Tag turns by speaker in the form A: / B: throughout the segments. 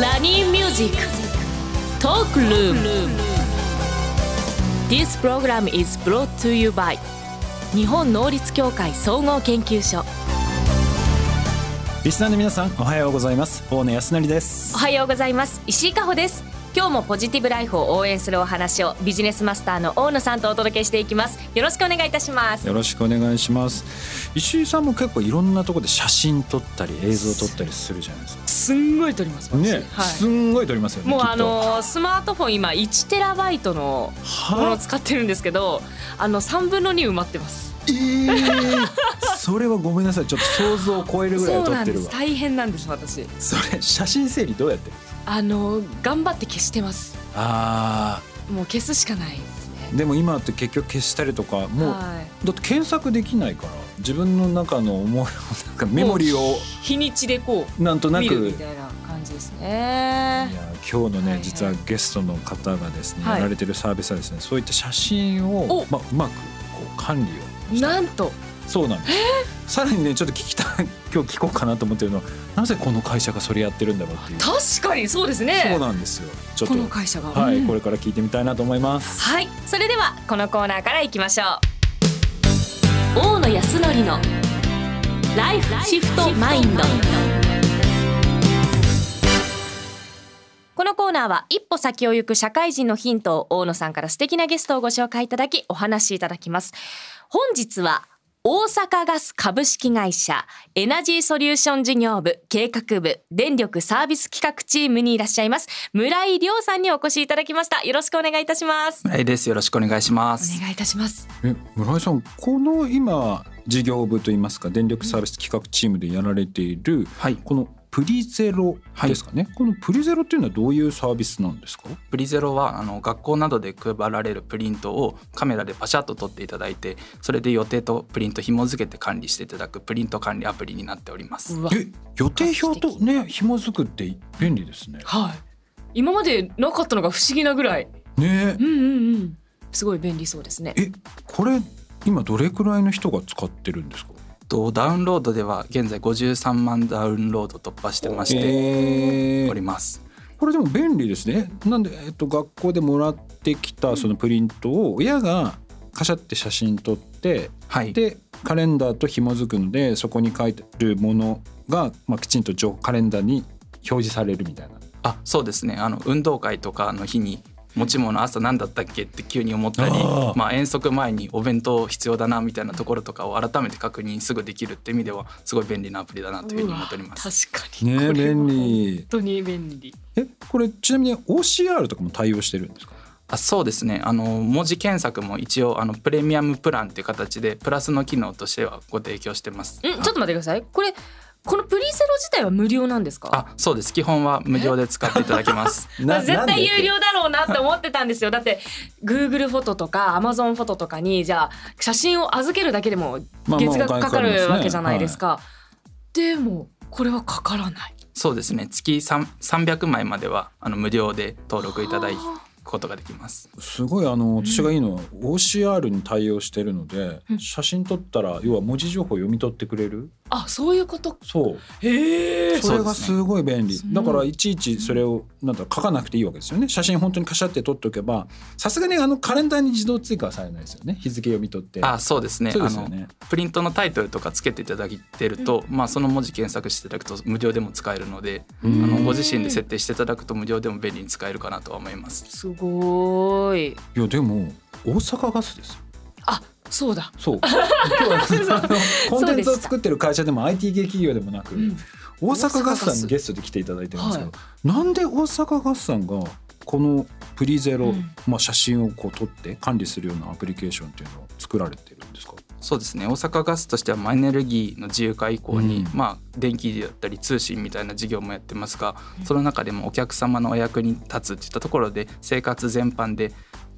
A: ラニーミュージックトークルーム This program is brought to you by 日本能率協会総合研究所
B: リスナーの皆さんおはようございます大野康則です
A: おはようございます石井加穂です今日もポジティブライフを応援するお話をビジネスマスターの大野さんとお届けしていきますよろしくお願いいたします
B: よろしくお願いします石井さんも結構いろんなところで写真撮ったり映像撮ったりするじゃないですか
A: すんごい撮ります
B: ね、すんごい撮りますよね
A: もう
B: きっと
A: あのースマートフォン今1テラバイトのものを
B: は
A: 使ってるんですけどあの3分の2埋まってます
B: えー それはごめんなさいちょっと想像を超えるぐらい
A: そ
B: は
A: う
B: 撮
A: な
B: っ
A: ん
B: て
A: で
B: る
A: す
B: わ
A: 大変なんです私
B: それ写真整理どうやってるんですか
A: あのー頑張って消してます
B: あ
A: もう消すしかないですね
B: ーでも今って結局消したりとかもう
A: はい
B: だって検索できないから自分の中の思いをなんかメモリーを
A: 日にちでこ
B: なんと
A: う
B: な
A: 見るみ
B: く
A: たいな感じです
B: い
A: ね
B: や今日の
A: は
B: ね、
A: いはい
B: 実はゲストの方がですね、
A: はい
B: やられてるサービスはですねそういった写真
A: お
B: を、まあ、うまくこう管理をした
A: なんと
B: そうなんですさらにねちょっと聞きたい 今日聞こうかなと思ってるのはなぜこの会社がそれやってるんだろうっていう
A: 確かにそうですね
B: そうなんですよちょっ
A: この
B: と
A: 会社が、
B: はい、
A: うん
B: これから聞いてみたいなと思います
A: はいそれではこのコーナーからいきましょう大野康則のライフシフトマインドこのコーナーは一歩先を行く社会人のヒントを大野さんから素敵なゲストをご紹介いただきお話しいただきます本日は大阪ガス株式会社エナジーソリューション事業部計画部電力サービス企画チームにいらっしゃいます村井亮さんにお越しいただきましたよろしくお願いいたします
C: 村井です。よろしくお願いします
A: お。願いいたします
B: え村井さんこの今事業部といいますか電力サービス企画チームでやられている
C: はい、
B: このプリゼロですかね、このプリゼロっていうのはどういうサービスなんですか
C: プリゼロはあの学校などで配られるプリントをカメラでパシャッと撮っていただいて、それで予定とプリント紐付けて管理していただくプリント管理アプリになっております。
A: わ
B: え予定表とね紐づくって便利ですね。
A: はい今までなかったのが不思議なぐらい
B: ね
A: うんうんうんすごい便利そうですね
B: えこれ今どれくらいの人が使ってるんですか
C: とダウンロードでは現在53万ダウンロード突破してまして
B: え
C: おります。
B: これでも便利ですね。なんで、えっと、学校でもらってきたそのプリントを親がカシャって写真撮って
C: はい。
B: でカレンダーと紐づくのでそこに書いてるものが、まあ、きちんと情カレンダーに表示されるみたいな。
C: あ、そうですね。あの運動会とかの日に。持ち物朝何だったっけって急に思ったり
B: あー
C: まあ、遠足前にお弁当必要だなみたいなところとかを改めて確認すぐできるって意味ではすごい便利なアプリだなというふうに思っております。
A: うわ確かに
B: ね
A: これは
B: 便
A: 本
B: 利。
A: 当に便利
B: えこれちなみに OCR とかも対応してるんですか
C: あそうですねあの文字検索も一応あのプレミアムプランっていう形でプラスの機能としてはご提供してます。
A: うんちょっと待ってくださいこれこのプリゼロ自体は無料なんですか
C: あそうです基本は無料で使っていただけます。
B: な
A: 絶
B: なん
A: 対
B: で
A: 有料だろうなって思ってたんですよだって Google フォトとか Amazon フォトとかにじゃあ写真を預けるだけでも
B: まあまあ
A: 月額かかる
B: お金かかりますね
A: わけじゃないですか、でもこれはかからない
C: そうですね月3 300枚まではあの無料で登録いただくことができます。
B: すごいあの私がいいのは OCR に対応してるので、
A: うん
B: 写真撮ったら要は文字情報読み取ってくれる
A: あそういうこと
B: そう
A: へえ
B: それがすごい便
A: そう
B: 利、
A: ですね
B: だからいちいちそれをなんだろう書かなくていいわけですよね写真本当にカシャって撮っておけばさすがにあのカレンダーに自動追加はされないですよね日付読み取って
C: あそうですね
B: そうで
C: あ
B: すよ
C: の
B: ね
C: プリントのタイトルとかつけていただいてると、まあ、その文字検索していただくと無料でも使えるので
B: あ
C: あの
B: の
C: ご自身で設定していただくと無料でも便利に使えるかなとは思います。
A: すごーい
B: いやでも大阪ガスですよ
A: あそうだ
B: そう今日はあのコンテンツを作ってる会社でも IT 系企業でもなく、
A: うん
B: 大阪ガスさんにゲストで来ていただいてるんですけど、
A: は
B: なんで大阪ガスさんがこのプリゼロ、
A: うん
B: まあ、写真をこう撮って管理するようなアプリケーションっていうのを作られてるんですか
C: そうですね大阪ガスとしてはまあエネルギーの自由化以降に、
B: うん
C: まあ、電気だったり通信みたいな事業もやってますがその中でもお客様のお役に立つといったところで生活全般で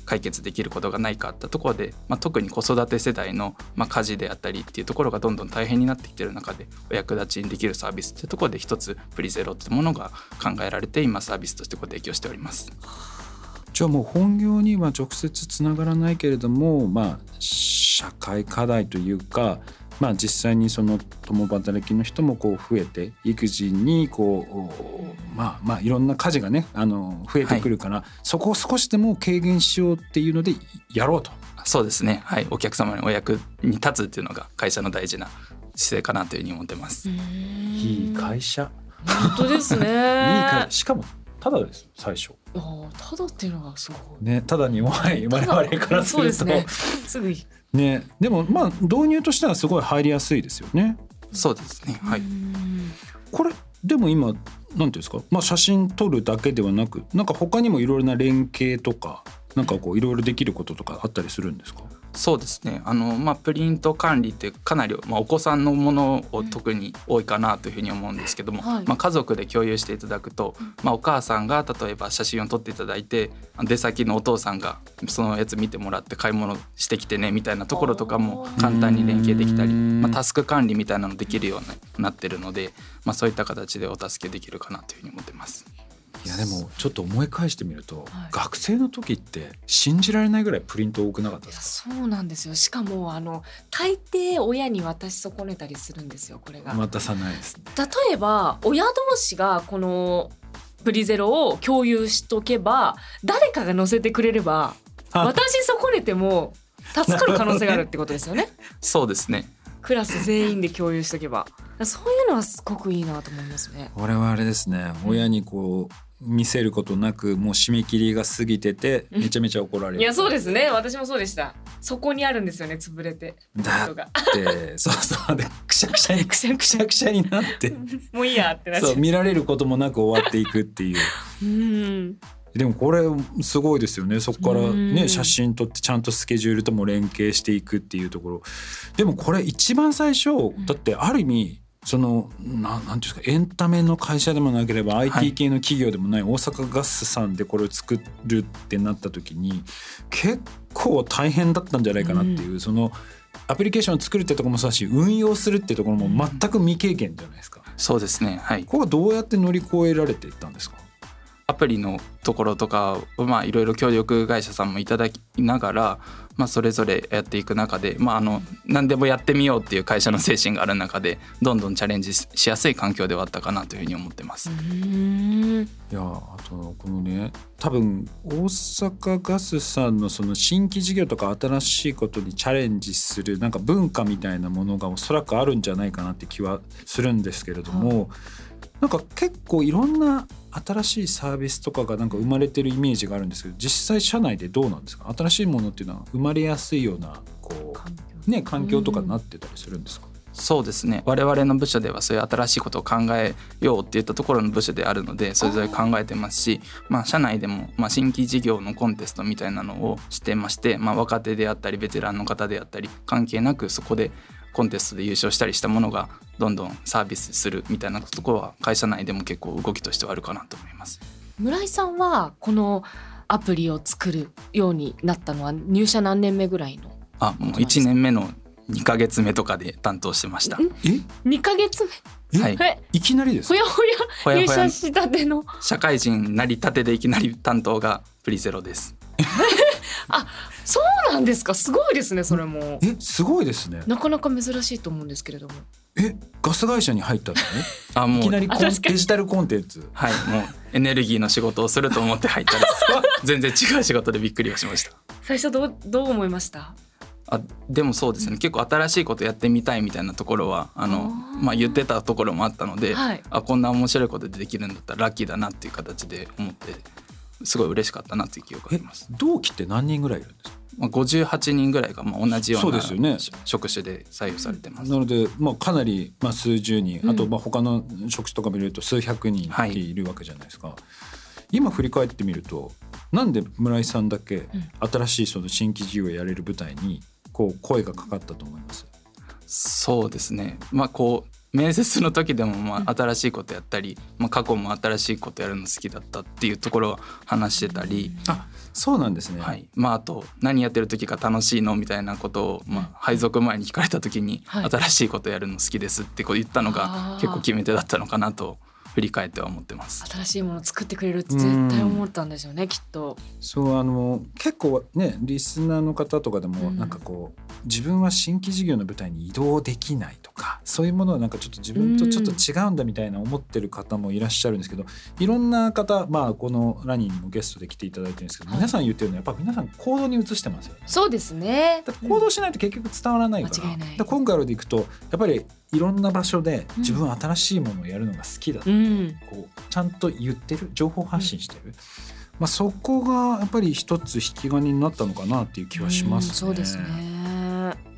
C: 解決できることがないかってところで、まあ、特に子育て世代の、まあ、家事であったりっていうところがどんどん大変になってきてる中でお役立ちにできるサービスっていうところで一つプリゼロってものが考えられて今サービスとしてご提供しております。
B: じゃあもう本業には直接つながらないけれども、まあ、社会課題というかまあ、実際にその共働きの人もこう増えて育児にこうまあまあいろんな家事がねあの増えてくるから、そこを少しでも軽減しようっていうのでやろうと。
C: そうですねはいお客様のお役に立つっていうのが会社の大事な姿勢かなというふうに思ってます、
B: いい会社
A: 本当ですねいい
B: いい会しかもただです最初。
A: ただっていうのがすごい
B: ね、 ただに弱い我々からす
A: そうで
B: る
A: す
B: と
A: ね
B: ね
A: すぐ
B: でもまあ導入としてはすごい入りやすいですよね。
C: そうですねはい
B: これでも今なんていうんですか、まあ、写真撮るだけではなくなんか他にもいろいろな連携とかなんかこういろいろできることとかあったりするんですか
C: そうですねあの、まあ、プリント管理ってかなり、まあ、お子さんのものを特に多いかなというふうに思うんですけども、
A: はい
C: まあ、家族で共有していただくと、まあ、お母さんが例えば写真を撮っていただいて出先のお父さんがそのやつ見てもらって買い物してきてねみたいなところとかも簡単に連携できたり、
B: うん
C: まあ、タスク管理みたいなのできるようになってるので、まあ、そういった形でお助けできるかなというふうに思ってます。
B: いやでもちょっと思い返してみると、
A: はい
B: 学生の時って信じられないぐらいプリント多くなかった
A: い
B: で
A: や
B: す
A: そうなんですよしかもあの大抵親に渡し損ねたりするんですよこれが、
B: か渡さないですね
A: 例えば親同士がこのプリゼロを共有しとけば誰かが載せてくれれば
B: あ
A: 私損ねても助かる可能性があるってことですよね
C: そうですね
A: クラス全員で共有しとけばそういうのはすごくいいなと思いますね
B: 我々あれですね親にこう見せることなくもう締め切りが過ぎててめちゃめちゃ怒られる
A: いやそうですね私もそうでしたそこにあるんですよね潰れて
B: だ
A: 人が
B: ってそうそうでくしゃくしゃにくしゃくしゃくしゃになって
A: もういいやってなっちゃ
B: そうう見られることもなく終わっていくっていう
A: うん
B: でもこれすごいですよねそこから
A: う
B: ね
A: ん
B: 写真撮ってちゃんとスケジュールとも連携していくっていうところでもこれ一番最初だってある意味そのななんていうんですかエンタメの会社でもなければ
C: い
B: IT 系の企業でもない大阪ガスさんでこれを作るってなった時に結構大変だったんじゃないかなっていう、そのアプリケーションを作るってところもそうだし運用するってところも全く未経験じゃないですか。
C: そうですねはい
B: ここはどうやって乗り越えられていったんですか
C: アプリのところとかをまあいろいろ協力会社さんもいただきながら、まあ、それぞれやっていく中で、まあ、あの何でもやってみようっていう会社の精神がある中でどんどんチャレンジしやすい環境ではあったかなというふうに思ってます。
A: うん
B: いやあとこのね多分大阪ガスさんのその新規事業とか新しいことにチャレンジするなんか文化みたいなものがおそらくあるんじゃないかなって気はするんですけれども、なんか結構いろんな新しいサービスとかがなんか生まれてるイメージがあるんですけど実際社内でどうなんですか新しいものっていうのは生まれやすいようなこ
A: 環境
B: う、ね、環境とかになってたりするんですか、
C: そうですね我々の部署ではそういう新しいことを考えようっていったところの部署であるのでそれぞれ考えてますしまあ、社内でも、まあ、新規事業のコンテストみたいなのをしてまして、まあ、若手であったりベテランの方であったり関係なくそこでコンテストで優勝したりしたものがどんどんサービスするみたいなところは会社内でも結構動きとしてはあるかなと思います。
A: 村井さんはこのアプリを作るようになったのは入社何年目ぐらいの
C: あもう1年目の2ヶ月目とかで担当してました。
A: ん2ヶ月
B: え
C: はい
A: 目、え
B: いきなりです
A: ほ
B: か
A: やほや
C: ほや
A: 入
C: ほや
A: 社したての
C: 社会人なりたてでいきなり担当がプリゼロです。
A: そうなんですかすごいですねそれも
B: えすごいですね
A: なかなか珍しいと思うんですけれども
B: えガス会社に入ったのね
C: あも
B: いうきなりコン
A: あ確かに
B: デジタルコンテンツ。
C: はい、もうエネルギーの仕事をすると思って入ったんです全然違う仕事でびっくりはしました
A: 最初どうどう思いました
C: あでもそうですね結構新しいことやってみたいみたいなところはあの
A: あー
C: まあ、言ってたところもあったので、
A: はい
C: あこんな面白いことできるんだったらラッキーだなっていう形で思ってすごい嬉しかったなという記憶があ
B: え
C: ります、
B: 同期って何人ぐらいいるんですか。
C: まあ、58人ぐらいがまあ同じよう
B: そう
C: な
B: ですよね
C: し職種で採用されてます、
B: なので、まあ、かなり、まあ、数十人、
A: うん
B: あと、まあ、他の職種とか見ると、数百人
C: はい
B: いるわけじゃないですか。今振り返ってみると、なんで村井さんだけ新しいその新規事業をやれる舞台に。こう声がかかったと思います。
C: そうですねまあこう面接の時でもまあ新しいことやったり、まあ、過去も新しいことやるの好きだったっていうところを話してたり、
B: あ、そうなんですね。
C: はいまあ、あと何やってる時が楽しいのみたいなことを、まあ、配属前に聞かれた時に、
A: はい
C: 新しいことやるの好きですってこう言ったの
A: あー
C: が結構決め手だったのかなと振り返っては思ってます。
A: 新しいものを作ってくれるって絶対思ったんですよねきっと。
B: そうあの結構ねリスナーの方とかでも、
A: うん
B: なんかこう自分は新規事業の舞台に移動できないとかそういうものはなんかちょっと自分とちょっと違うんだみたいな思ってる方もいらっしゃるんですけど、いろんな方、まあ、このラニーにもゲストで来ていただいてるんですけど、
A: はい
B: 皆さん言ってるのはやっぱ皆さん行動に移してますよね。
A: そうですね。
B: だから行動しないと結局伝わらないから,、
A: 間違いない
B: 今回のでいくとやっぱりいろんな場所で
A: うん
B: 自分は新しいものをやるのが好きだと
A: うん。
B: こうちゃんと言ってる情報発信してる、まあ、そこがやっぱり一つ引き金になったのかなっていう気はしますね。
A: うんそうですね。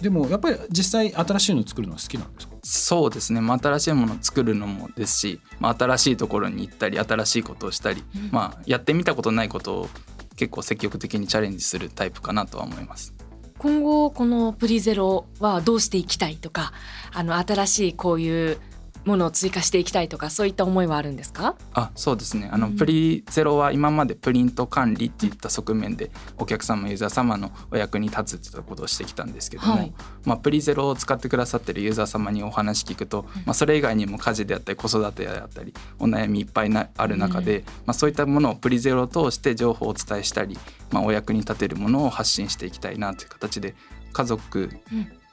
B: でもやっぱり実際新しいの作るのは好きなんですか
C: そうですね、まあ、新しいものを作るのもですし、まあ、新しいところに行ったり新しいことをしたり、
A: うん
C: まあ、やってみたことないことを結構積極的にチャレンジするタイプかなとは思います。
A: 今後このプリゼロはどうしていきたいとか、あの新しいこういうものを追加していきたいとかそういった思いはあるんですか？
C: あそうですねあの、
A: うん
C: プリゼロは今までプリント管理っていった側面でお客様ユーザー様のお役に立つってったことをしてきたんですけども、
A: はい
C: まあ、プリゼロを使ってくださってるユーザー様にお話聞くと、まあ、それ以外にも家事であったり子育てであったりお悩みいっぱいなある中で、まあ、そういったものをプリゼロを通して情報をお伝えしたり、まあ、お役に立てるものを発信していきたいなという形で家族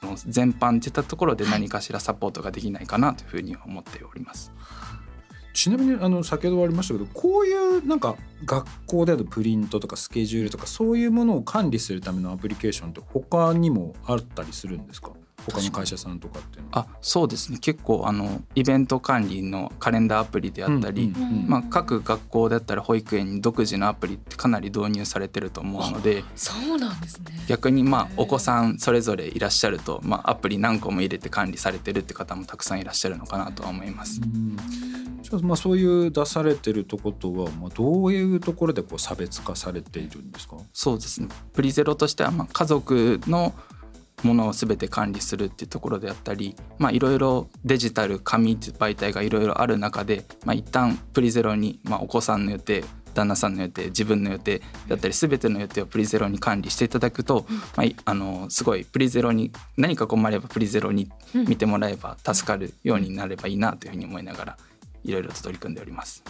C: の全般っていったところで何かしらサポートができないかなというふうには思っております。
B: ちなみにあの先ほどありましたけどこういうなんか学校であるプリントとかスケジュールとかそういうものを管理するためのアプリケーションって他にもあったりするんですか他の会社さんとかっていうのは。
C: あそうですね結構あのイベント管理のカレンダーアプリであったり、
B: うんうんうん
C: まあ、各学校だったら保育園に独自のアプリってかなり導入されてると思うので
A: そうなんですね。
C: 逆にまあ
A: へー
C: お子さんそれぞれいらっしゃると、まあ、アプリ何個も入れて管理されてるって方もたくさんいらっしゃるのかなとは思います。
B: うんじゃあまあそういう出されてるとことは、まあ、どういうところでこう差別化されているんですか
C: そうですねプリゼロとしては、まあ、家族のものを全て管理するっていうところであったりまあいろいろデジタル紙っていう媒体がいろいろある中で、まあ、一旦プリゼロに、まあ、お子さんの予定旦那さんの予定自分の予定だったり全ての予定をプリゼロに管理していただくと、まあい、あのすごいプリゼロに何か困ればプリゼロに見てもらえば助かるようになればいいなというふうに思いながらいろいろと取り組んでおります。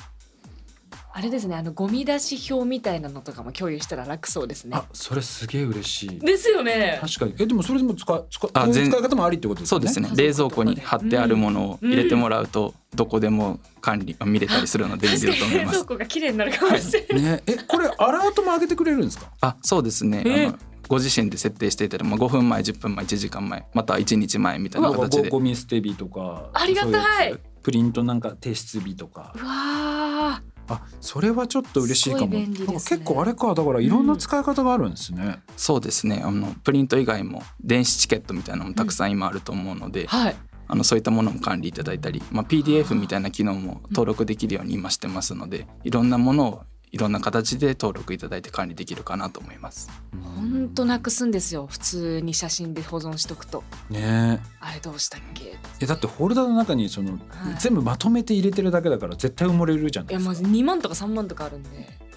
A: あれですね。あのゴミ出し表みたいなのとかも共有したら楽そうですね
B: あ。それすげえ嬉しい
A: ですよね。
B: 確かにえでもそれでも使う使うこ
C: あ
B: ういう
C: 全
B: 使い方もありってことです
C: そ
B: よ
C: う
B: ね
C: ですね
A: 家族
C: 冷蔵庫に貼ってあるものを入れてもらうと、どこでも管理見れたりするのでいい
A: 確か
C: と
A: に
C: 思い
A: 冷
C: ま
A: 蔵
C: す。
A: 庫が綺麗になるかもしれない。
B: ねえこれアラートも上げてくれるんですか
C: あそうですね、
A: えー
C: あのご自身で設定していただいて、まあ、5分前10分前1時間前または1日前みたいな
B: なんか
C: 形で
B: ゴミ捨て日とか
A: ありがたい
B: そううやつプリントなんか提出日とか
A: うわ
B: あそれはちょっと嬉しいか
A: す
B: も
A: ごい便利ですね
B: なんか結構あれかだからいろんな使い方があるんですね、
C: そうですねあのプリント以外も電子チケットみたいなのもたくさん今あると思うので、
A: ーはい。
C: あのそういったものも管理いただいたり、まあ、PDF みたいな機能も登録できるように今してますので、いろんなものをいろんな形で登録いただいて管理できるかなと思います。
A: ほんとなくすんですよ普通に写真で保存しとくと
B: ねえ
A: あれどうしたっけ
B: えだってホルダーの中にその、
A: はい
B: 全部まとめて入れてるだけだから絶対埋もれるじゃない
A: い
B: で
A: や
B: すか
A: まず2万とか3万とかあるんで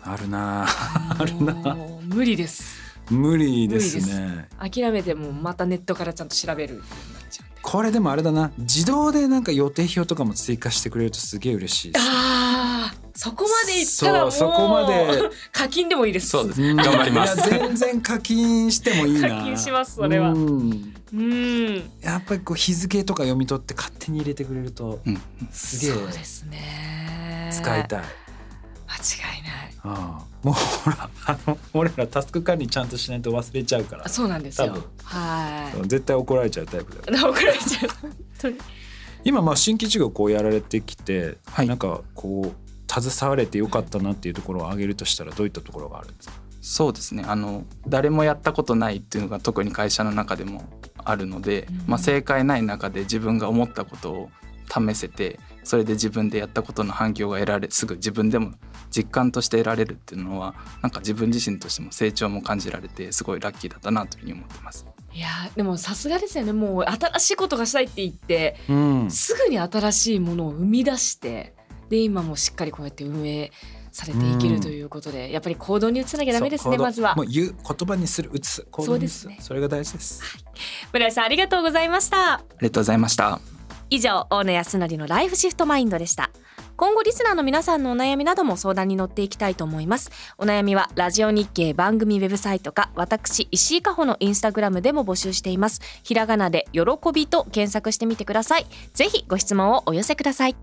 B: あるなあ
A: あるな無理です
B: 無理ですね
A: 無諦めてもうまたネットからちゃんと調べるようになっちゃうんで
B: これでもあれだな自動でなんか予定表とかも追加してくれるとすげえ嬉しいです
A: あーそこまでいったらもう
B: そうそこまで
A: 課金でもいいです
C: そうです
B: うん
C: 頑張ります
B: いや全然課金してもいいな
A: 課金しますそれは
B: うん
A: うん
B: やっぱりこう日付とか読み取って勝手に入れてくれると
C: うん
B: すげえ
A: そうですね
B: 使いたい、
A: 間違いない
B: ああもうほらあの俺らタスク管理ちゃんとしないと忘れちゃうから
A: あそうなんですよ
B: 多分
A: はい
B: 絶対怒られちゃうタイプだよ
A: 怒られちゃう本当に
B: 今まあ新規事業こうやられてきて、
C: はい
B: なんかこう携われてよかったなっていうところを挙げるとしたらどういったところがあるんですか
C: そうですねあの誰もやったことないっていうのが特に会社の中でもあるので、
A: うん
C: まあ、正解ない中で自分が思ったことを試せてそれで自分でやったことの反響が得られすぐ自分でも実感として得られるっていうのはなんか自分自身としても成長も感じられてすごいラッキーだったなというふうに思ってます。
A: いやーでもさすがですよねもう新しいことがしたいって言って
B: うん
A: すぐに新しいものを生み出してで今もしっかりこうやって運営されていけるということで、やっぱり行動に移さなきゃダメです
B: そう
A: ね
B: 行動
A: まずは
B: もう言う言葉にする移す行動に移す
A: そうですね
B: それが大事です
A: 村井さんありがとうございました
C: ありがとうございました
A: 以上大野康則のライフシフトマインドでした今後リスナーの皆さんのお悩みなども相談に乗っていきたいと思いますお悩みはラジオ日経番組ウェブサイトか私石井加穂のインスタグラムでも募集していますひらがなで喜びと検索してみてくださいぜひご質問をお寄せください